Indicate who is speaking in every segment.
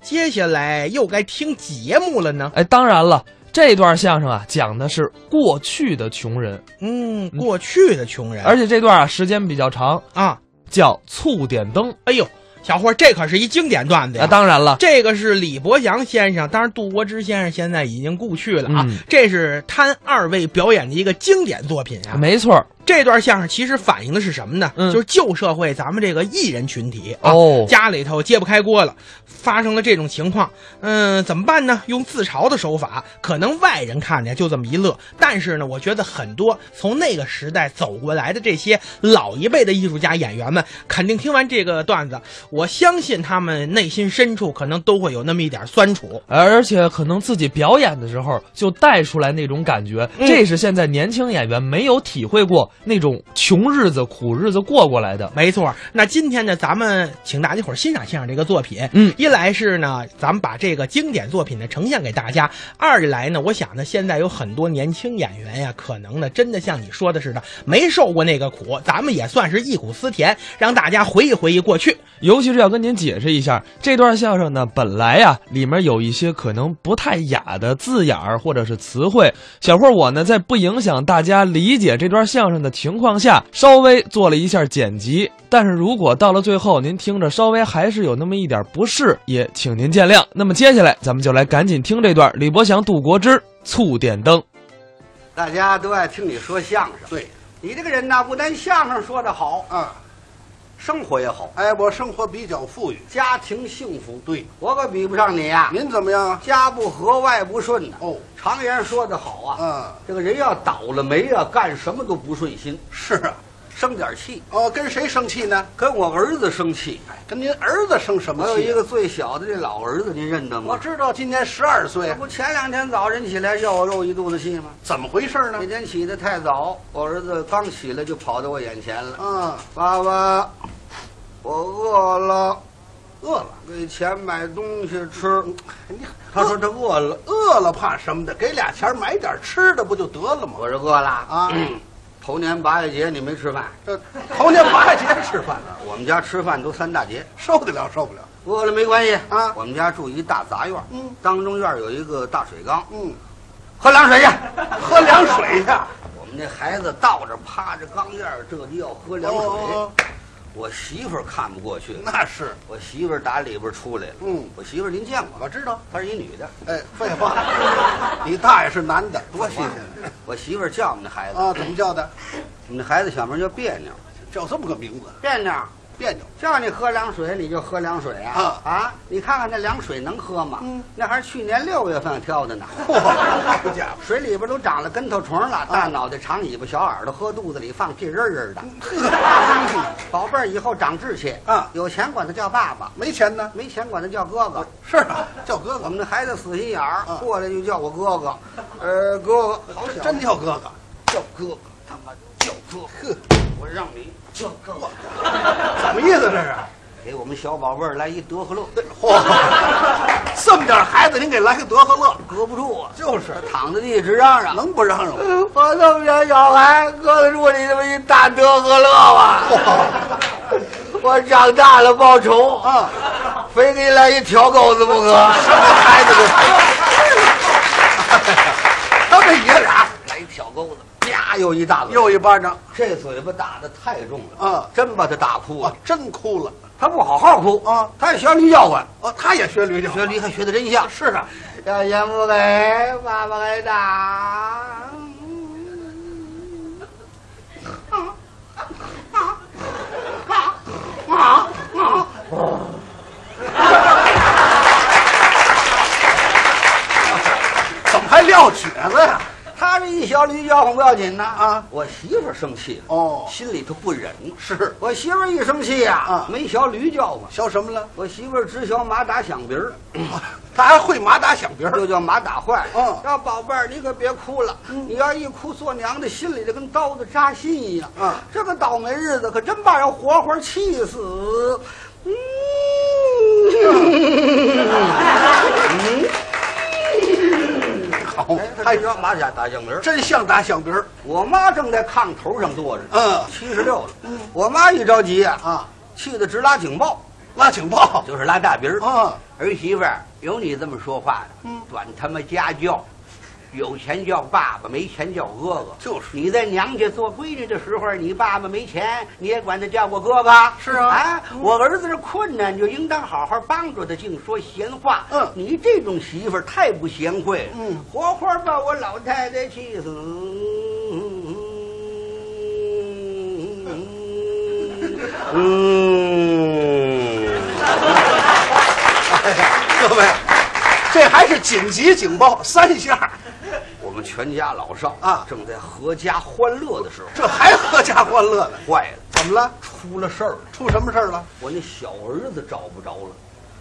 Speaker 1: 接下来又该听节目了呢。
Speaker 2: 哎，当然了，这段相声啊，讲的是过去的穷人，
Speaker 1: 嗯，过去的穷人，
Speaker 2: 而且这段啊时间比较长，
Speaker 1: 啊，
Speaker 2: 叫《醋点灯》
Speaker 1: 哎呦，小伙儿，这可是一经典段子呀。
Speaker 2: 啊。当然了，
Speaker 1: 这个是李伯祥先生，当然杜国之先生现在已经故去了啊。
Speaker 2: 嗯
Speaker 1: 这是他二位表演的一个经典作品啊。
Speaker 2: 没错儿
Speaker 1: 这段相声其实反映的是什么呢？
Speaker 2: 嗯
Speaker 1: 就是旧社会咱们这个艺人群体啊，
Speaker 2: 哦
Speaker 1: 家里头揭不开锅了，发生了这种情况，嗯，怎么办呢？用自嘲的手法，可能外人看着就这么一乐，但是呢，我觉得很多从那个时代走过来的这些老一辈的艺术家、演员们，肯定听完这个段子，我相信他们内心深处可能都会有那么一点酸楚。
Speaker 2: 而且可能自己表演的时候就带出来那种感觉，
Speaker 1: 嗯
Speaker 2: 这是现在年轻演员没有体会过那种穷日子、苦日子过过来的。
Speaker 1: 没错，那今天呢，咱们请大家伙儿欣赏欣赏这个作品。
Speaker 2: 嗯
Speaker 1: 一来是呢，咱们把这个经典作品呢呈现给大家；二来呢，我想呢，现在有很多年轻演员呀，可能呢真的像你说的似的，没受过那个苦，咱们也算是忆苦思甜，让大家回忆回忆过去。
Speaker 2: 尤其是要跟您解释一下，这段相声呢，本来呀、里面有一些可能不太雅的字眼儿或者是词汇。小慧儿我呢，在不影响大家理解这段相声的情况下，稍微做了一下剪辑。但是如果到了最后您听着稍微还是有那么一点不适，也请您见谅。那么接下来咱们就来赶紧听这段李伯祥、杜国之《醋点灯》。
Speaker 3: 大家都爱听你说相声。
Speaker 4: 对，
Speaker 3: 你这个人呐，不单相声说得好，
Speaker 4: 啊，
Speaker 3: 生活也好，
Speaker 4: 哎，我生活比较富裕。
Speaker 3: 家庭幸福。
Speaker 4: 对，
Speaker 3: 我可比不上你呀、
Speaker 4: 您怎么样啊？
Speaker 3: 家不和，外不顺呐、
Speaker 4: 哦
Speaker 3: 常言说得好啊，
Speaker 4: 嗯
Speaker 3: 这个人要倒了霉啊，干什么都不顺心，
Speaker 4: 是啊，
Speaker 3: 生点气。
Speaker 4: 哦，跟谁生气呢？
Speaker 3: 跟我儿子生气，
Speaker 4: 跟您儿子生什么
Speaker 3: 我有
Speaker 4: 哎气啊？
Speaker 3: 一个最小的这老儿子，您认得
Speaker 4: 我
Speaker 3: 吗？
Speaker 4: 知道，今年十二岁啊
Speaker 3: 这，不前两天早晨起来又又一肚子气吗？
Speaker 4: 怎么回事
Speaker 3: 那
Speaker 4: 呢？
Speaker 3: 天起得太早，我儿子刚起来就跑到我眼前了。
Speaker 4: 啊，
Speaker 3: 爸爸，我饿了，
Speaker 4: 饿了，
Speaker 3: 给钱买东西吃。
Speaker 4: 你
Speaker 3: 他说他饿了，
Speaker 4: 饿了怕什么的？给俩钱买点吃的不就得了吗？
Speaker 3: 我说饿了嗯
Speaker 4: 啊
Speaker 3: 头年八月节你没吃饭，
Speaker 4: 这头年八节吃饭呢，
Speaker 3: 我们家吃饭都三大节，
Speaker 4: 受得了受不了？
Speaker 3: 饿了没关系
Speaker 4: 啊
Speaker 3: 我们家住一大杂院，
Speaker 4: 嗯，
Speaker 3: 当中院有一个大水缸，
Speaker 4: 嗯，
Speaker 3: 喝凉水去。
Speaker 4: 喝凉水呀、
Speaker 3: 我们那孩子倒着趴着缸沿儿，这就要喝凉水。
Speaker 4: 哦
Speaker 3: 我媳妇儿看不过去，
Speaker 4: 那是，
Speaker 3: 我媳妇儿打里边出来了。
Speaker 4: 嗯
Speaker 3: 我媳妇儿您见过，
Speaker 4: 我知道。
Speaker 3: 她是一女的，
Speaker 4: 哎，废话，你大爷是男的，
Speaker 3: 多
Speaker 4: 多
Speaker 3: 新
Speaker 4: 新鲜
Speaker 3: 鲜！我媳妇儿叫我们那孩子，
Speaker 4: 啊！怎么叫的？
Speaker 3: 我们那孩子小名叫别扭，
Speaker 4: 叫这么个名字，
Speaker 3: 别扭。
Speaker 4: 别扭。
Speaker 3: 叫你喝凉水，你就喝凉水啊！啊，你看看那凉水能喝吗？
Speaker 4: 嗯
Speaker 3: 那还是去年六月份挑的呢。
Speaker 4: 嚯好家伙
Speaker 3: 水里边都长了跟头虫了，大脑袋、长尾巴、小耳朵，喝肚子里放屁，人人的。 宝贝儿，以后长志气
Speaker 4: 啊
Speaker 3: 有钱管他叫爸爸，
Speaker 4: 没钱呢？
Speaker 3: 没钱管他叫哥哥。
Speaker 4: 是啊，叫哥
Speaker 3: 我
Speaker 4: 哥，
Speaker 3: 们那孩子死心眼儿，
Speaker 4: 啊
Speaker 3: 过来就叫我哥哥，呃，哥哥，好小，
Speaker 4: 真叫哥哥。
Speaker 3: 叫哥哥，他妈叫哥哥，我让你叫哥哥。
Speaker 4: 什么意思这是？
Speaker 3: 给我们小宝贝儿来一德和乐，
Speaker 4: 嚯， 这么点孩子，您给来个德和乐，
Speaker 3: 搁不住啊，
Speaker 4: 就是
Speaker 3: 躺在地直嚷嚷。
Speaker 4: 能不嚷嚷吗？
Speaker 3: 我这么小小孩，搁得住你这么一大德和乐 吗？我长大了报仇
Speaker 4: 啊！
Speaker 3: 非给你来一条狗子不可。孩子
Speaker 4: 他们爷俩
Speaker 3: 来一条狗子，啪又一大嘴，
Speaker 4: 又一巴掌，
Speaker 3: 这嘴巴打的太重了
Speaker 4: 啊
Speaker 3: 真把他打哭
Speaker 4: 哇
Speaker 3: 了。，
Speaker 4: 真哭了
Speaker 3: 他不好好哭
Speaker 4: 啊
Speaker 3: 他也学驴叫唤，
Speaker 4: 哦，他也学驴叫，
Speaker 3: 学驴还学的真像。
Speaker 4: 是啊，
Speaker 3: 要钱不给，爸爸给打。
Speaker 4: 怎么还撂蹶子呀？
Speaker 3: 他这一小驴叫唤不要紧呐啊！我媳妇儿生气了，
Speaker 4: 哦
Speaker 3: 心里头不忍。
Speaker 4: 是
Speaker 3: 我媳妇儿一生气呀、
Speaker 4: 哦啊
Speaker 3: 没小驴叫唤，
Speaker 4: 学什么了？
Speaker 3: 我媳妇儿只学马打响鼻儿，
Speaker 4: 他还会马打响鼻儿
Speaker 3: 又叫马打坏。
Speaker 4: 嗯
Speaker 3: 要宝贝儿，你可别哭了，你要一哭，做娘的心里就跟刀子扎心一样。
Speaker 4: 嗯
Speaker 3: 这个倒霉日子可真把人活活气死。嗯，
Speaker 4: 好，
Speaker 3: 还
Speaker 4: 还
Speaker 3: 学哎马打打响鼻儿。
Speaker 4: 真像打响鼻儿。
Speaker 3: 我妈正在炕头上坐着呢，
Speaker 4: 嗯
Speaker 3: 七十六了。我妈一着急啊，
Speaker 4: 啊，
Speaker 3: 气得直拉警报。
Speaker 4: 拉警报
Speaker 3: 就是拉大鼻儿。
Speaker 4: 啊！
Speaker 3: 儿媳妇儿有你这么说话的
Speaker 4: 嗯，
Speaker 3: 短他妈家教，有钱叫爸爸，没钱叫哥哥。
Speaker 4: 就是
Speaker 3: 你在娘家做闺女的时候，你爸爸没钱，你也管他叫我哥哥。
Speaker 4: 是啊
Speaker 3: 啊，我儿子是困难，你就应当好好帮助他，净说闲话。
Speaker 4: 嗯
Speaker 3: 你这种媳妇儿太不贤惠了。
Speaker 4: 嗯
Speaker 3: 活活把我老太太气 死。嗯。
Speaker 4: 哎 呀，各位，这还是紧急警报三下，
Speaker 3: 我们全家老少
Speaker 4: 啊
Speaker 3: 正在阖家欢乐的时候，
Speaker 4: 这还合家欢乐呢？
Speaker 3: 坏了，
Speaker 4: 怎么了？
Speaker 3: 出了事儿了。
Speaker 4: 出什么事儿了？
Speaker 3: 我那小儿子找不着了。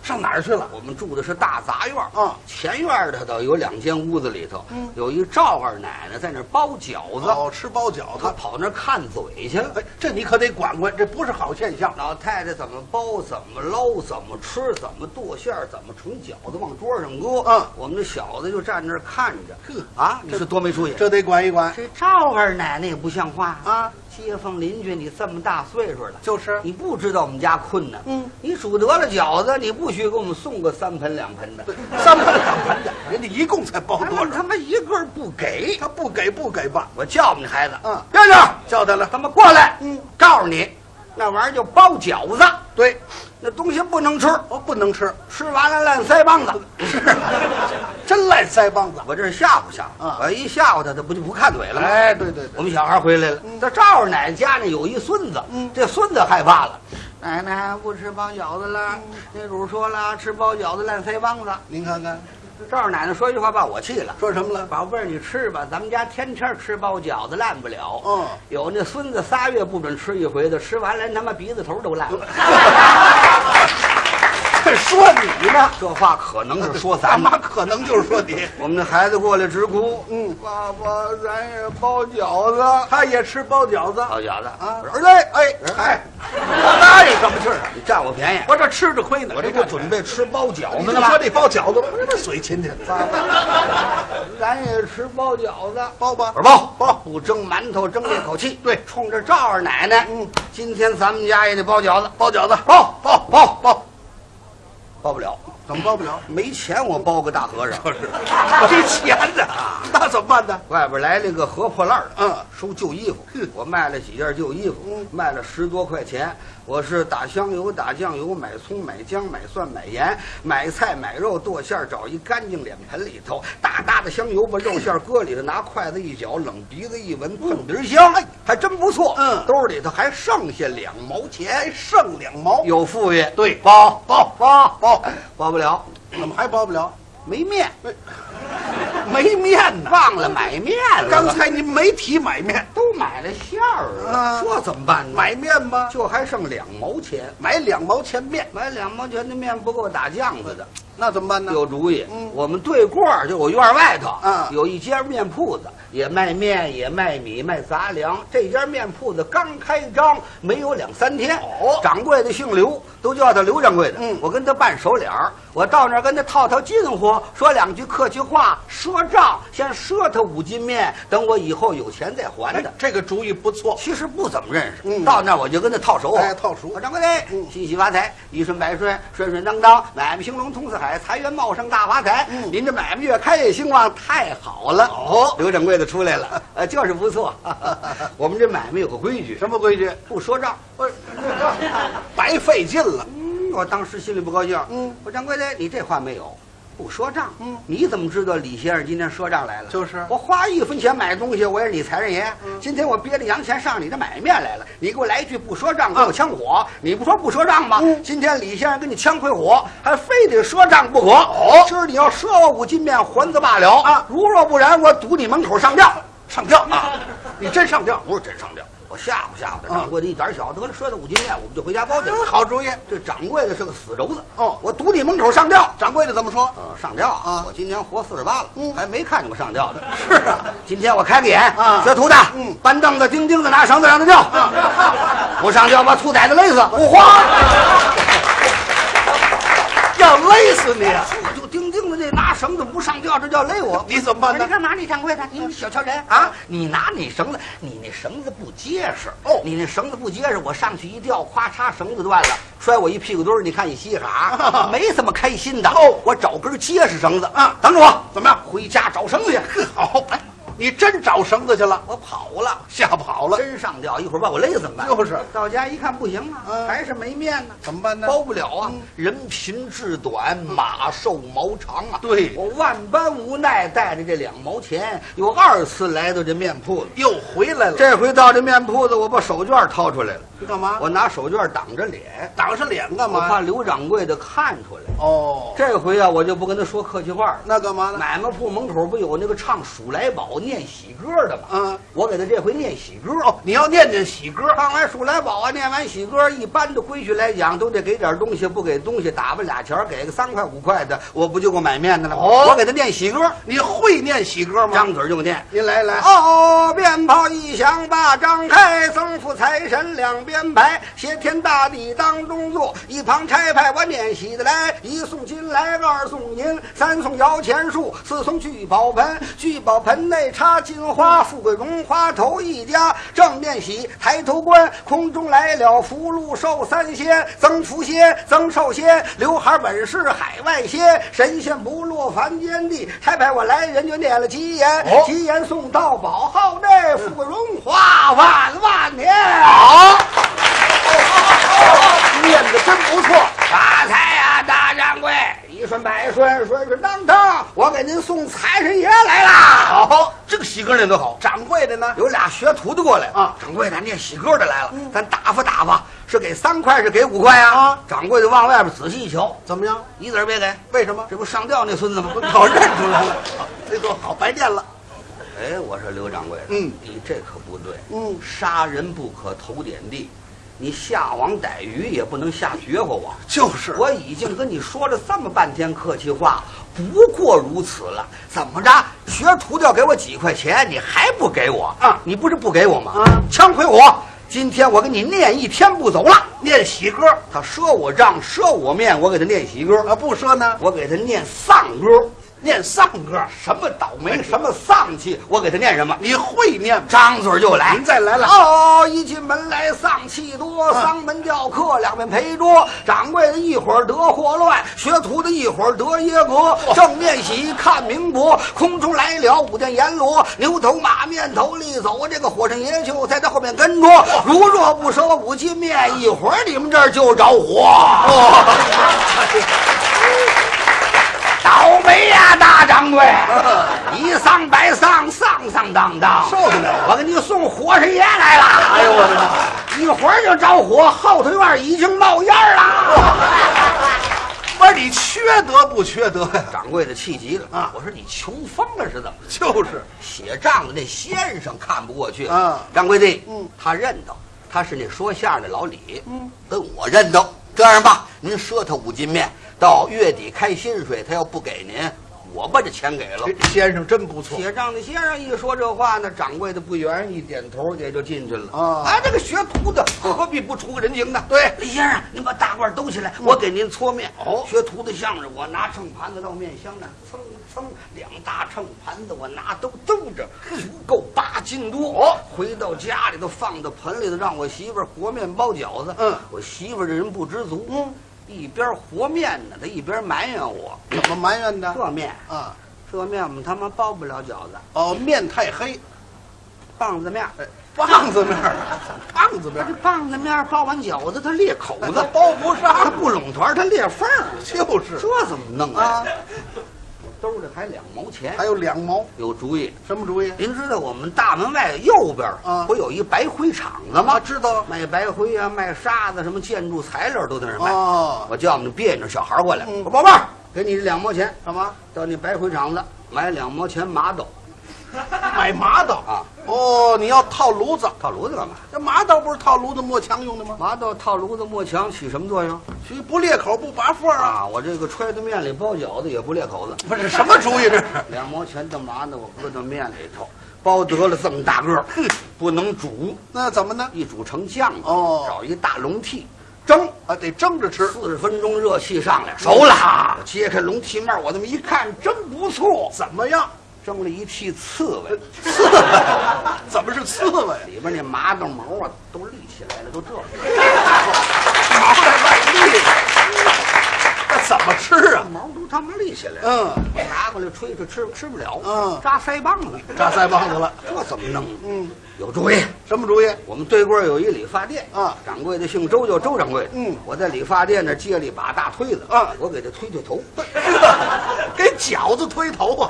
Speaker 4: 上哪儿去了？
Speaker 3: 我们住的是大杂院儿
Speaker 4: 啊
Speaker 3: 前院儿的倒有两间屋子里头，
Speaker 4: 嗯
Speaker 3: 有一赵二奶奶在那儿包饺子，
Speaker 4: 哦，吃包饺
Speaker 3: 她
Speaker 4: 子。
Speaker 3: 跑那儿看嘴去了。
Speaker 4: 哎，这你可得管管，这不是好现象。
Speaker 3: 老太太怎么包，怎么捞，怎么吃，怎么剁馅儿，怎么盛饺子往桌上搁。
Speaker 4: 嗯
Speaker 3: 我们那小子就站那儿看着。
Speaker 4: 呵
Speaker 3: 啊，你说多没出息！
Speaker 4: 这得管一管
Speaker 3: 这赵二奶奶也不像话啊！
Speaker 4: 啊！
Speaker 3: 街坊邻居，你这么大岁数了，
Speaker 4: 就是
Speaker 3: 你不知道我们家困难，
Speaker 4: 嗯，
Speaker 3: 你数得了饺子，你不许给我们送个三盆两盆的，
Speaker 4: 三盆两盆的，人家一共才包
Speaker 3: 他
Speaker 4: 多
Speaker 3: 们
Speaker 4: 少
Speaker 3: 他？妈一个儿不给，
Speaker 4: 他不给不给吧？
Speaker 3: 我叫我们孩子，
Speaker 4: 嗯
Speaker 3: 亮亮，
Speaker 4: 叫他了。
Speaker 3: 他妈过来，
Speaker 4: 嗯，
Speaker 3: 告诉你，那玩意儿叫包饺子，
Speaker 4: 对，
Speaker 3: 那东西不能吃，
Speaker 4: 我不能吃，
Speaker 3: 吃完了烂腮帮子。
Speaker 4: 是真赖腮帮子。
Speaker 3: 我这是吓唬吓唬，
Speaker 4: 嗯
Speaker 3: 我一吓唬他，他不就不看嘴了吗？
Speaker 4: 哎，对对对，
Speaker 3: 我们小孩回来了，这赵二奶奶家呢有一孙子，
Speaker 4: 嗯
Speaker 3: 这孙子害怕了，嗯奶奶不吃包饺子了，那主说了吃包饺子烂腮帮子。
Speaker 4: 您看看
Speaker 3: 赵二奶奶说一句话把我气了，
Speaker 4: 说什么了？
Speaker 3: 宝贝儿你吃吧，咱们家天天吃包饺子烂不了。
Speaker 4: 嗯
Speaker 3: 有那孙子仨月不准吃一回的，吃完连他妈鼻子头都烂 了。
Speaker 4: 说你呢？
Speaker 3: 这话可能是说咱们
Speaker 4: 妈。可能就是说你。
Speaker 3: 我们的孩子过来直哭，
Speaker 4: 嗯，爸爸，咱也包饺子，他也吃包饺子
Speaker 3: 包饺子
Speaker 4: 啊。
Speaker 3: 我说
Speaker 4: 儿子，哎，嗨，我答应什么气儿啊？
Speaker 3: 你占我便宜，
Speaker 4: 我这吃着亏呢，
Speaker 3: 我这不准备吃包饺
Speaker 4: 你
Speaker 3: 子
Speaker 4: 就
Speaker 3: 了吗
Speaker 4: 说？这包饺子，我这不水亲戚
Speaker 3: 咱也吃包饺子，
Speaker 4: 包吧啊
Speaker 3: 我说包包，不蒸馒头争这口气。对，冲着赵二奶奶，
Speaker 4: 嗯，
Speaker 3: 今天咱们家也得包饺子，
Speaker 4: 包饺子，
Speaker 3: 包包包包，包不了，
Speaker 4: 怎么包不了？
Speaker 3: 没钱我包个大和尚。
Speaker 4: 没钱呢，那怎么办呢？
Speaker 3: 外边来了个河破烂儿的，
Speaker 4: 嗯，
Speaker 3: 收旧衣服，我卖了几件旧衣服，卖了十多块钱。我是打香油、打酱油、买葱、买姜、买蒜、买盐、买菜、买肉、剁馅儿，找一干净脸盆里头，大大的香油把肉馅儿搁里头，拿筷子一搅，冷鼻子一闻，碰鼻儿香，哎，还真不错。
Speaker 4: 嗯
Speaker 3: 兜里头还剩下两毛
Speaker 4: 还
Speaker 3: 钱，
Speaker 4: 剩两毛，
Speaker 3: 有富裕，
Speaker 4: 对
Speaker 3: 包包包包，包不了，
Speaker 4: 怎么还包不了？
Speaker 3: 没面，
Speaker 4: 嗯没面呢。
Speaker 3: 忘了买面了。
Speaker 4: 刚才您没提买面，
Speaker 3: 都买了馅儿了，
Speaker 4: 啊
Speaker 3: 这怎么办呢？
Speaker 4: 买面吧，
Speaker 3: 就还剩两毛钱，
Speaker 4: 买两毛钱面，
Speaker 3: 啊买两毛钱的面不够打酱子的。
Speaker 4: 那怎么办呢？
Speaker 3: 有主意，
Speaker 4: 嗯
Speaker 3: 我们对过儿就我院外头，
Speaker 4: 嗯
Speaker 3: 有一家面铺子，也卖面，也卖米，卖杂粮。这家面铺子刚开张没有两三天，
Speaker 4: 哦
Speaker 3: 掌柜的姓刘，都叫他刘掌柜的。
Speaker 4: 嗯
Speaker 3: 我跟他扮熟脸儿，我到那儿跟他套套近乎，说两句客气话，赊账，先赊他五斤面，等我以后有钱再还他
Speaker 4: 哎。，这个主意不错。
Speaker 3: 其实不怎么认识，
Speaker 4: 嗯
Speaker 3: 到那儿我就跟他套熟啊，
Speaker 4: 哎套熟
Speaker 3: 我掌柜的，
Speaker 4: 嗯
Speaker 3: 喜喜发财，一顺百顺，顺顺当当，买卖兴隆通四海，财源茂盛大发财。
Speaker 4: 嗯
Speaker 3: 您这买卖越开越兴旺，太好了。
Speaker 4: 哦
Speaker 3: 刘掌柜的出来 了，呃，就是不错。我们这买卖有个规矩，
Speaker 4: 什么规矩？
Speaker 3: 不说账。
Speaker 4: 不是，白费劲了。
Speaker 3: 嗯，我当时心里不高兴。
Speaker 4: 嗯，
Speaker 3: 我掌柜的，你这话没有，不说账。
Speaker 4: 嗯
Speaker 3: 你怎么知道李先生今天赊账来了？
Speaker 4: 就是啊嗯
Speaker 3: 我花一分钱买东西，我也是你财神爷。今天我憋着洋钱上你这买面来了，你给我来一句不说账，给我呛火。你不说不说账吗？
Speaker 4: 嗯
Speaker 3: 今天李先生跟你呛回火，还非得赊账不可。哦，今儿你要赊我五斤面，还则罢了
Speaker 4: 啊
Speaker 3: 如若不然，我堵你门口上吊。
Speaker 4: 上吊啊！你真上吊，
Speaker 3: 不是真上吊，我吓唬吓唬他。
Speaker 4: 嗯
Speaker 3: 掌柜的一胆小，得了，赊他五斤面，我们就回家包去了。
Speaker 4: 好主意。
Speaker 3: 这掌柜的是个死轴子。
Speaker 4: 哦
Speaker 3: 我堵你门口上吊。
Speaker 4: 掌柜的怎么说？
Speaker 3: 呃，上吊
Speaker 4: 啊
Speaker 3: 我今年活四十八了，
Speaker 4: 嗯
Speaker 3: 还没看见过上吊的。
Speaker 4: 是啊，
Speaker 3: 今天我开个眼
Speaker 4: 啊
Speaker 3: 学徒的，
Speaker 4: 嗯
Speaker 3: 搬凳子、钉钉子，拿绳子让他吊，不上吊把兔崽子勒死，不慌，
Speaker 4: 要勒死你啊！
Speaker 3: 我就钉钉子那拉绳子不上吊，这叫累我。
Speaker 4: 你怎么办呢
Speaker 3: 你干嘛？你掌柜的，你小瞧人啊！你拿你绳子，你那绳子不结实
Speaker 4: 哦
Speaker 3: 你那绳子不结实，我上去一吊，咵嚓，绳子断了，摔我一屁股墩儿。你看你稀 罕，啊没这么开心的
Speaker 4: 哦
Speaker 3: 我找根结实绳子
Speaker 4: 啊
Speaker 3: 等着我，
Speaker 4: 怎么样
Speaker 3: 回家找绳子去。
Speaker 4: 好，哎，你真找绳子去了，
Speaker 3: 我跑了。
Speaker 4: 吓跑了，
Speaker 3: 真上吊，一会儿把我累死怎么办？
Speaker 4: 就是
Speaker 3: 到家一看不行啊，
Speaker 4: 嗯
Speaker 3: 还是没面呢，
Speaker 4: 怎么办呢嗯
Speaker 3: 包不了啊，人贫志短，马瘦毛长啊。
Speaker 4: 对
Speaker 3: 我万般无奈，带着这两毛钱，有二次来到这面铺子。
Speaker 4: 又回来了。
Speaker 3: 这回到这面铺子，我把手绢掏出来了，
Speaker 4: 你干嘛？
Speaker 3: 我拿手绢挡着脸，
Speaker 4: 挡上脸干
Speaker 3: 我怕
Speaker 4: 嘛？
Speaker 3: 刘掌柜的看出来。
Speaker 4: 哦，
Speaker 3: 这回啊，我就不跟他说客气话了。
Speaker 4: 那干嘛呢？
Speaker 3: 买卖铺门口不有那个唱《数来宝》念喜歌的吗？
Speaker 4: 嗯，
Speaker 3: 我给他这回念喜歌
Speaker 4: 哦，你要念念喜歌，
Speaker 3: 唱完《数来宝》啊，念完喜歌，一般的规矩来讲，都得给点东西，不给东西打发俩钱儿，给个三块五块的，我不就够买面的了吗？
Speaker 4: 哦
Speaker 3: 我给他念喜歌，
Speaker 4: 你会念喜歌吗
Speaker 3: 张？嘴就念。
Speaker 4: 您来来，
Speaker 3: 哦，鞭炮一响把张开，增福财神两边排，挟天大地当中坐，一旁差派我撵喜的来，一送金来，二送银，三送摇钱树，四送聚宝盆，聚宝盆内插金花，富贵荣华头一家，正面喜，抬头观，空中来了福禄寿三仙，增福仙，增寿仙，刘海本是海外仙，神仙不落凡间地，差派我来人就念了吉言，
Speaker 4: 哦
Speaker 3: 吉言送到宝号内，富贵荣华万万年。
Speaker 4: 好，念的真不错。
Speaker 3: 发财呀、大掌柜！一顺百顺，顺顺当当，我给您送财神爷来啦！
Speaker 4: 好，这个喜歌念得好。掌柜的呢？
Speaker 3: 有俩学徒的过来
Speaker 4: 啊
Speaker 3: 掌柜的念喜歌的来了，咱打发打发，是给三块是给五块呀、
Speaker 4: 啊
Speaker 3: 掌柜的往外边仔细一瞧，
Speaker 4: 怎么样？
Speaker 3: 一子儿别给，
Speaker 4: 为什么？
Speaker 3: 这不上吊那孙子吗？
Speaker 4: 早认出来了，这个好白念了。
Speaker 3: 哎，我说刘掌柜的，
Speaker 4: 嗯
Speaker 3: 你这可不对，
Speaker 4: 嗯
Speaker 3: 杀人不可头点地，你下网逮鱼也不能下绝活网。
Speaker 4: 就是
Speaker 3: 我已经跟你说了这么半天客气话，不过如此了。怎么着，学徒要给我几块钱，你还不给我？
Speaker 4: 啊
Speaker 3: 你不是不给我吗？
Speaker 4: 啊
Speaker 3: 枪回我！今天我给你念一天不走了。
Speaker 4: 念喜歌
Speaker 3: 他赊我账，赊我面，我给他念喜歌，
Speaker 4: 啊，不说呢，
Speaker 3: 我给他念丧歌。
Speaker 4: 念丧歌。
Speaker 3: 什么倒霉，什么丧气，我给他念什么？
Speaker 4: 你会念吗？
Speaker 3: 张嘴就来，
Speaker 4: 您再来了
Speaker 3: 哦，一进门来丧气多，
Speaker 4: 嗯
Speaker 3: 丧门吊客，两面陪桌。掌柜的一会儿得霍乱，学徒的一会儿得耶格。正面喜看明博，空中来了五殿阎罗，牛头马面头立走，这个火上爷就在他后面跟着。如若不收五斤面，一会儿你们这儿就着火。倒霉呀、大掌柜！
Speaker 4: 啊
Speaker 3: 一丧百丧，丧丧当当，
Speaker 4: 受得了
Speaker 3: 我给你送火神爷来了。
Speaker 4: 哎呦我的妈！
Speaker 3: 一会儿就着火，后头院已经冒烟儿了。
Speaker 4: 不是你缺德不缺德呀？
Speaker 3: 掌柜的气急了
Speaker 4: 啊
Speaker 3: 我说你穷疯了是怎么着？
Speaker 4: 就是
Speaker 3: 写账的那先生看不过去
Speaker 4: 啊
Speaker 3: 掌柜的，
Speaker 4: 嗯，
Speaker 3: 他认得，他是那说相声的老李，嗯，跟我认得。这样吧，您赊他五斤面，到月底开薪水，他要不给您，我把这钱给了。
Speaker 4: 这哎先生真不错。
Speaker 3: 写账的先生一说这话呢，掌柜的不愿意，点头也就进去了。
Speaker 4: 啊
Speaker 3: 啊，这个学徒的何必不出个人情呢？对，李先生，您把大褂兜起来，我给您搓面。
Speaker 4: 哦
Speaker 3: 学徒的向着我拿秤盘子到面箱那儿蹭蹭，两大秤盘子我拿都兜着，足够八斤多。哦，回到家里头放到盆里头，让我媳妇儿和面包饺子。
Speaker 4: 嗯
Speaker 3: 我媳妇儿这人不知足，
Speaker 4: 嗯，
Speaker 3: 一边和面呢，她一边埋怨我
Speaker 4: 怎么埋怨的？
Speaker 3: 这面。
Speaker 4: 啊，
Speaker 3: 这面我们他妈包不了饺子，
Speaker 4: 哦，面太黑，
Speaker 3: 棒哎子面儿，
Speaker 4: 棒子面儿， 棒子
Speaker 3: 他
Speaker 4: 面
Speaker 3: 这
Speaker 4: 儿，
Speaker 3: 棒子面儿包完饺子，它裂口
Speaker 4: 那
Speaker 3: 子
Speaker 4: 它，包不
Speaker 3: 它
Speaker 4: 上，
Speaker 3: 不拢团儿，它裂缝儿，
Speaker 4: 就是
Speaker 3: 这怎么弄啊
Speaker 4: 啊？。
Speaker 3: 兜里还两毛钱，
Speaker 4: 还有两毛，
Speaker 3: 有主意。
Speaker 4: 什么主意？
Speaker 3: 您知道我们大门外右边儿
Speaker 4: 啊
Speaker 3: 不有一白灰厂子吗？
Speaker 4: 啊知道
Speaker 3: 卖白灰啊，卖沙子，什么建筑材料都在那儿卖。
Speaker 4: 哦
Speaker 3: 我叫我们别扭小孩儿过来，
Speaker 4: 嗯
Speaker 3: 我宝贝儿，给你两毛钱，
Speaker 4: 干嘛？
Speaker 3: 到那白灰厂子买两毛钱麻豆
Speaker 4: 买麻刀
Speaker 3: 啊？
Speaker 4: 哦，你要套炉子，
Speaker 3: 套炉子干嘛？
Speaker 4: 这麻刀不是套炉子磨墙用的吗？
Speaker 3: 麻豆套炉子磨墙起什么作用？
Speaker 4: 所以不裂口不拔缝儿啊。
Speaker 3: 啊，我这个揣到面里包饺子也不裂口子，
Speaker 4: 不是什么主意这是？
Speaker 3: 两毛钱的麻呢，我搁到面里头，包得了这么大个儿，不能煮，
Speaker 4: 那怎么呢？
Speaker 3: 一煮成酱了
Speaker 4: 哦
Speaker 3: 找一大笼屉，蒸。
Speaker 4: 啊，得蒸着吃。
Speaker 3: 四十分钟热气上来，
Speaker 4: 熟了
Speaker 3: 我揭开笼屉面儿，我这么一看，真不错，
Speaker 4: 怎么样？
Speaker 3: 蒸了一屉刺猬，
Speaker 4: 刺猬？怎么是刺猬？
Speaker 3: 里边那麻豆毛啊都立起来了，都这样。
Speaker 4: 毛在外地，那怎么吃啊？
Speaker 3: 毛都他妈立起来了，
Speaker 4: 嗯，
Speaker 3: 我拿过来吹吹吃吃不了，
Speaker 4: 嗯
Speaker 3: 扎腮帮子，
Speaker 4: 扎腮帮子了。
Speaker 3: 这怎么弄？
Speaker 4: 嗯，
Speaker 3: 有主意。
Speaker 4: 什么主意？
Speaker 3: 我们对过有一理发店
Speaker 4: 啊
Speaker 3: 掌柜的姓周，叫周掌柜。
Speaker 4: 嗯
Speaker 3: 我在理发店那儿借了一把大推子
Speaker 4: 啊
Speaker 3: 我给他推推头，
Speaker 4: 给饺子推头啊！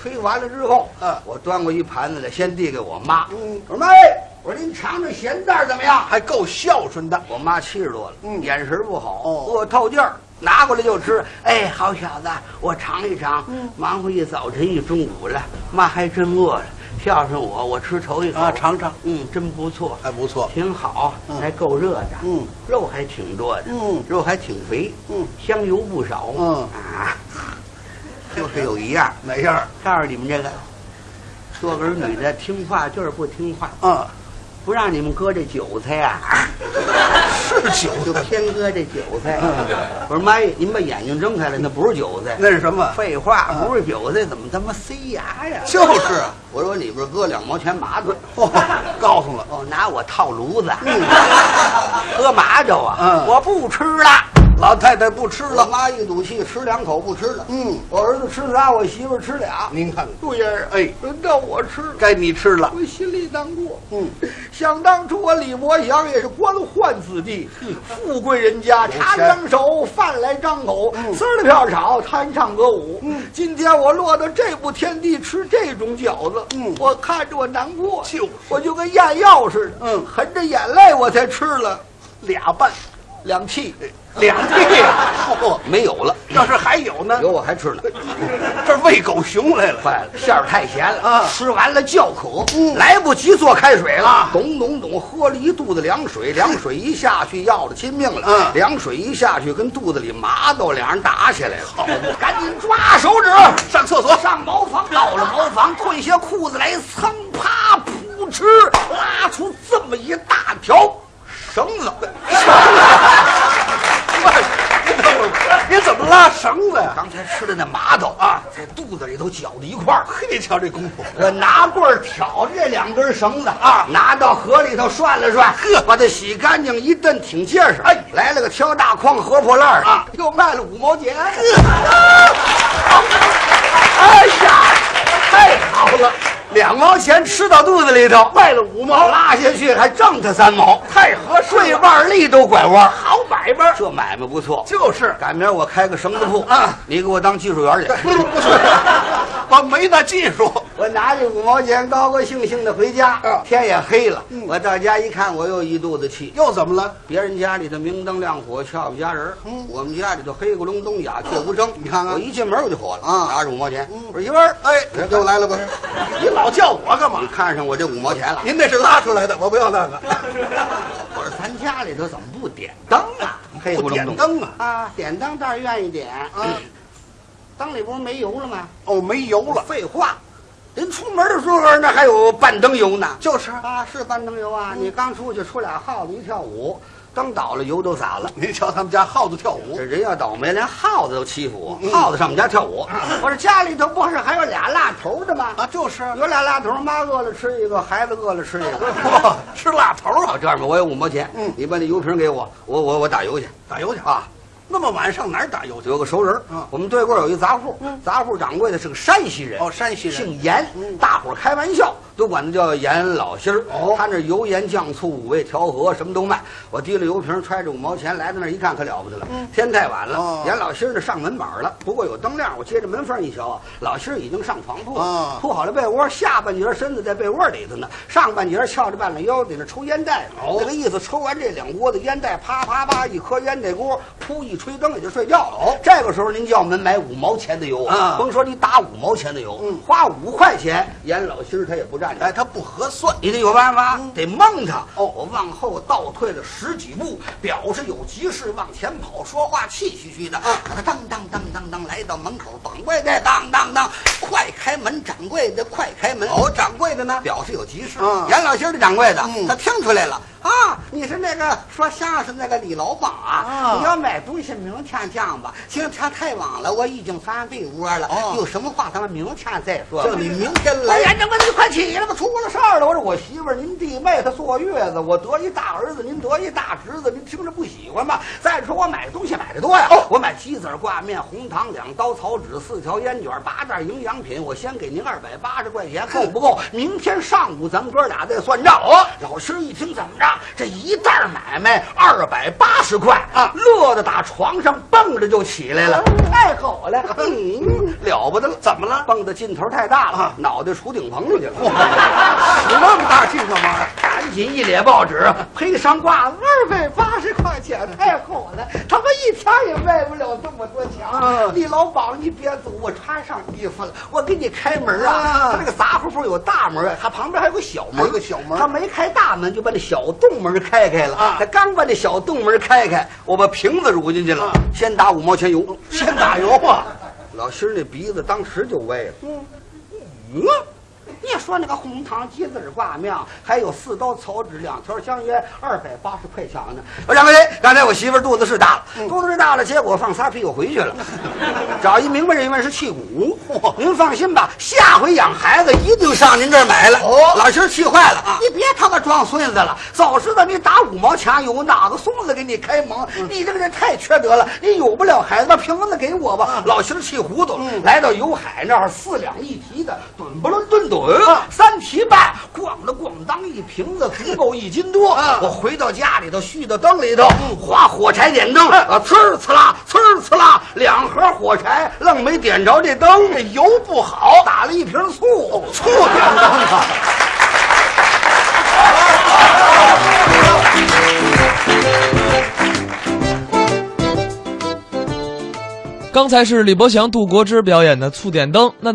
Speaker 3: 推完了之后，
Speaker 4: 嗯
Speaker 3: 我端过一盘子来，先递给我妈。
Speaker 4: 嗯
Speaker 3: 我说妈哎，我说您尝尝咸淡儿怎么样？
Speaker 4: 还够孝顺的。
Speaker 3: 我妈七十多了，
Speaker 4: 嗯
Speaker 3: 眼神不好，
Speaker 4: 哦
Speaker 3: 饿套劲儿，拿过来就吃。哎，好小子，我尝一尝。
Speaker 4: 嗯
Speaker 3: 忙活一早晨一中午了，妈还真饿了，孝顺我，我吃头一口
Speaker 4: 啊尝尝，
Speaker 3: 嗯，真不错，呃
Speaker 4: 还不错
Speaker 3: 挺好，
Speaker 4: 嗯
Speaker 3: 还够热的，
Speaker 4: 嗯，
Speaker 3: 肉还挺多的，
Speaker 4: 嗯
Speaker 3: 肉还挺肥，
Speaker 4: 嗯，
Speaker 3: 香油不少，
Speaker 4: 嗯
Speaker 3: 啊，就是有一样，
Speaker 4: 哪样？
Speaker 3: 告诉你们这个，多个儿女的听话就是不听话，
Speaker 4: 啊，
Speaker 3: 不让你们割这韭菜呀、
Speaker 4: 是韭
Speaker 3: 就
Speaker 4: 菜，嗯
Speaker 3: 偏搁这韭菜。我说妈呀，您把眼睛睁开了，那不是韭菜。
Speaker 4: 那是什么？嗯
Speaker 3: 废话，不是韭菜，怎么他妈塞牙呀？
Speaker 4: 就是啊。
Speaker 3: 我说里边搁两毛钱麻子，
Speaker 4: 哦，告诉了，
Speaker 3: 哦，拿我套炉子， 喝麻豆啊，
Speaker 4: 嗯
Speaker 3: 我不吃了。
Speaker 4: 老太太不吃
Speaker 3: 老
Speaker 4: 了。
Speaker 3: 妈一赌气，吃两口不吃了。
Speaker 4: 嗯
Speaker 3: 我儿子吃仨，我媳妇儿吃俩。
Speaker 4: 您看，
Speaker 3: 杜爷儿，
Speaker 4: 哎，
Speaker 3: 轮到我吃了。
Speaker 4: 该你吃了。
Speaker 3: 我心里难过。
Speaker 4: 嗯，
Speaker 3: 想当初我李伯祥也是官宦子弟，哎富贵人家，
Speaker 4: 嗯钱嗯
Speaker 3: 茶两手，饭来张口，丝儿的票炒，弹唱歌舞。今天我落到这步天地，吃这种饺子，
Speaker 4: 嗯
Speaker 3: 我看着我难过，
Speaker 4: 就是
Speaker 3: 我就跟咽药似的，
Speaker 4: 嗯
Speaker 3: 含着眼泪我才吃了
Speaker 4: 俩半，
Speaker 3: 两屉，
Speaker 4: 两 屉呀！嚯
Speaker 3: 没有了，
Speaker 4: 要是还有呢？
Speaker 3: 我还吃了。
Speaker 4: 这喂狗熊来了。
Speaker 3: 坏了，馅儿太咸了
Speaker 4: 啊
Speaker 3: 吃完了叫渴，
Speaker 4: 嗯啊
Speaker 3: 来不及做开水了，咚咚咚，喝了一肚子凉水，凉水一下去要了亲命了，
Speaker 4: 嗯
Speaker 3: 凉水一下去跟肚子里麻豆，俩人打起来了，好，赶紧抓手指
Speaker 4: 上厕所
Speaker 3: 上茅房，到了茅房褪下裤子来，噌啪扑哧，拉出这么一大条绳 子，
Speaker 4: 您等会 儿，您怎么拉绳子呀？
Speaker 3: 刚才吃的那麻豆啊，在肚子里头搅到一块儿。
Speaker 4: 嘿，瞧这功夫，
Speaker 3: 我拿棍儿挑着这两根绳子啊，拿到河里头涮了涮，呵，把它洗干净，一顿挺结实。哎，来了个挑大筐河破烂儿啊，又卖了五毛钱。哎呀，太好了，两毛钱吃到肚子里头，卖了五毛，拉下去还挣他三毛，太合适，对腕力都拐弯，好买卖。这买卖不错，
Speaker 4: 就是
Speaker 3: 赶明儿我开个绳子铺
Speaker 4: 啊，
Speaker 3: 你给我当技术员儿去。
Speaker 4: 不是不是，我没那技术。
Speaker 3: 我拿着五毛钱，高高兴兴的回家。
Speaker 4: 啊
Speaker 3: 天也黑了，
Speaker 4: 嗯
Speaker 3: 我到家一看，我又一肚子气。
Speaker 4: 又怎么了？
Speaker 3: 别人家里头明灯亮火，俏不佳人儿我们家里头黑咕隆咚，鸦雀无声。
Speaker 4: 你看看
Speaker 3: 我一进门我就火了
Speaker 4: 啊
Speaker 3: 拿着五毛钱，我说媳妇儿，
Speaker 4: 哎
Speaker 3: 你给我来了吧。
Speaker 4: 你老叫我干
Speaker 3: 你
Speaker 4: 嘛？
Speaker 3: 看上我这五毛钱了？
Speaker 4: 您那是拉出来的，我不要那个。
Speaker 3: 我说咱家里头怎么不点灯啊？黑咕
Speaker 4: 不
Speaker 3: 隆
Speaker 4: 点
Speaker 3: 咚
Speaker 4: 灯啊？
Speaker 3: 啊，点灯倒是愿意点啊，灯里不是没油了吗？
Speaker 4: 哦，没油了，
Speaker 3: 废话，您出门的时候那还有半灯油呢。
Speaker 4: 就是
Speaker 3: 啊，是半灯油啊！你刚出去出俩耗子一跳舞，灯倒了，油都洒了。
Speaker 4: 您瞧他们家耗子跳舞
Speaker 3: 这，人要倒霉，连耗子都欺负
Speaker 4: 嗯
Speaker 3: 我，耗子上我们家跳舞。我说家里头不是还有俩蜡头的吗？
Speaker 4: 啊，就是
Speaker 3: 有俩蜡头，妈饿了吃一个，孩子饿了 吃一
Speaker 4: 哇
Speaker 3: 个。
Speaker 4: 吃辣头啊，
Speaker 3: 好，这样吧，我有五毛钱，
Speaker 4: 嗯
Speaker 3: 你把那油瓶给我，我我我打油去。
Speaker 4: 打油去
Speaker 3: 啊！
Speaker 4: 那么晚上哪儿打油去？
Speaker 3: 有个熟人儿
Speaker 4: 嗯，
Speaker 3: 我们对过有一杂户，杂户掌柜的是个山西人，
Speaker 4: 哦，山西人。
Speaker 3: 姓严，大伙儿开玩笑都管他叫严老心儿。
Speaker 4: 哦
Speaker 3: 他那油盐酱醋五味调和什么都卖。我提了油瓶，揣着五毛钱来到那儿一看，可了不得了，天太晚了
Speaker 4: 嗯哦，
Speaker 3: 严老心儿呢上门板儿了。不过有灯亮，我接着门缝一瞧啊，老心儿已经上床铺了
Speaker 4: 啊，
Speaker 3: 铺好了被窝，下半截身子在被窝里头呢，上半截翘着半拉腰，在那抽烟袋呢。
Speaker 4: 哦
Speaker 3: 那个意思，抽完这两锅子烟袋，啪啪啪，一颗烟袋锅，噗一吹灯也就睡觉了。哦，这个时候您就要们买五毛钱的油
Speaker 4: 啊
Speaker 3: 甭说你打五毛钱的油，
Speaker 4: 嗯
Speaker 3: 花五块钱，严老心儿他也不嗯占你。
Speaker 4: 哎，它不合算。
Speaker 3: 你得有办法，得蒙他。
Speaker 4: 哦
Speaker 3: 我往后倒退了十几步，表示有急事往前跑，说话气吁吁的。啊，当当当当当，来到门口，掌柜的当当当，快开门！掌柜的，快开门！哦，掌柜的呢？啊表示有急事。
Speaker 4: 嗯
Speaker 3: 严老心儿的掌柜的，
Speaker 4: 嗯
Speaker 3: 他听出来了啊，你是那个说相声那个李老板
Speaker 4: 啊
Speaker 3: 你要买东西明天这样吧，今天太晚了，我已经翻被窝了。
Speaker 4: 哦
Speaker 3: 有什么话咱们明天再说。
Speaker 4: 叫你明天来
Speaker 3: 哎呀，掌柜的，你快起来吧，出了事儿了！我说我媳妇儿，您弟妹她坐月子，我得一大儿子，您得一大侄子，您听着不喜欢吧？再说我买东西买的多呀，我买鸡子儿挂面、红糖两刀、草纸四条烟卷、八袋营养品，我先给您二百八十块钱，够不够？明天上午咱们哥俩再算账。哦，老师一听怎么着，这一袋儿买卖二百八十块
Speaker 4: 啊
Speaker 3: 乐得打床上蹦着就起来
Speaker 4: 哦
Speaker 3: 了，太好了，嗯， 了不得了，
Speaker 4: 怎么了
Speaker 3: 蹦的劲头太大了，
Speaker 4: 啊
Speaker 3: 脑袋杵顶棚上去了。
Speaker 4: 使那么大劲干嘛？
Speaker 3: 赶紧一脸报纸，赔上挂二百八十块钱，
Speaker 4: 嗯
Speaker 3: 太好了！他们一天也卖不了这么多钱。
Speaker 4: 啊
Speaker 3: 李老板，你别走，我穿上衣服了，我给你开门啊！
Speaker 4: 啊
Speaker 3: 他那个杂货铺有大门，它旁边还有个小门，
Speaker 4: 还有个小门
Speaker 3: 他没开大门，就把那小洞门开开了。
Speaker 4: 啊
Speaker 3: 他刚把那小洞门开开，我把瓶子乳进去了，
Speaker 4: 啊
Speaker 3: 先打五毛钱油，
Speaker 4: 先打油啊！
Speaker 3: 老心儿那鼻子当时就歪了。嗯，嗯，你说那个红糖鸡子儿挂面，还有四刀草纸，两条香烟，二百八十块钱呢。我掌柜的，刚才我媳妇儿肚子是大了，肚子是大了，结果放仨屁股回去了。找一明白人问是气鼓，您放心吧，下回养孩子一定上您这儿买来。
Speaker 4: 哦
Speaker 3: 老心儿气坏了，你别他妈装孙子了，早知道你打五毛钱油，哪个孙子给你开蒙？你这个人太缺德了，你有不了孩子，把瓶子给我吧。老心儿气糊涂了，来到油海那儿，四两一提的，吨不伦吨吨，三提半，咣的咣当一瓶子，足够一斤多。我回到家里头，续到灯里头，划火柴点灯，啊，呲儿呲啦，呲儿呲啦，两盒火柴愣没点着这灯，这油不好，打了一瓶醋，醋点灯啊。
Speaker 2: 呃刚才是李伯祥、杜国之表演的《醋点灯》，那。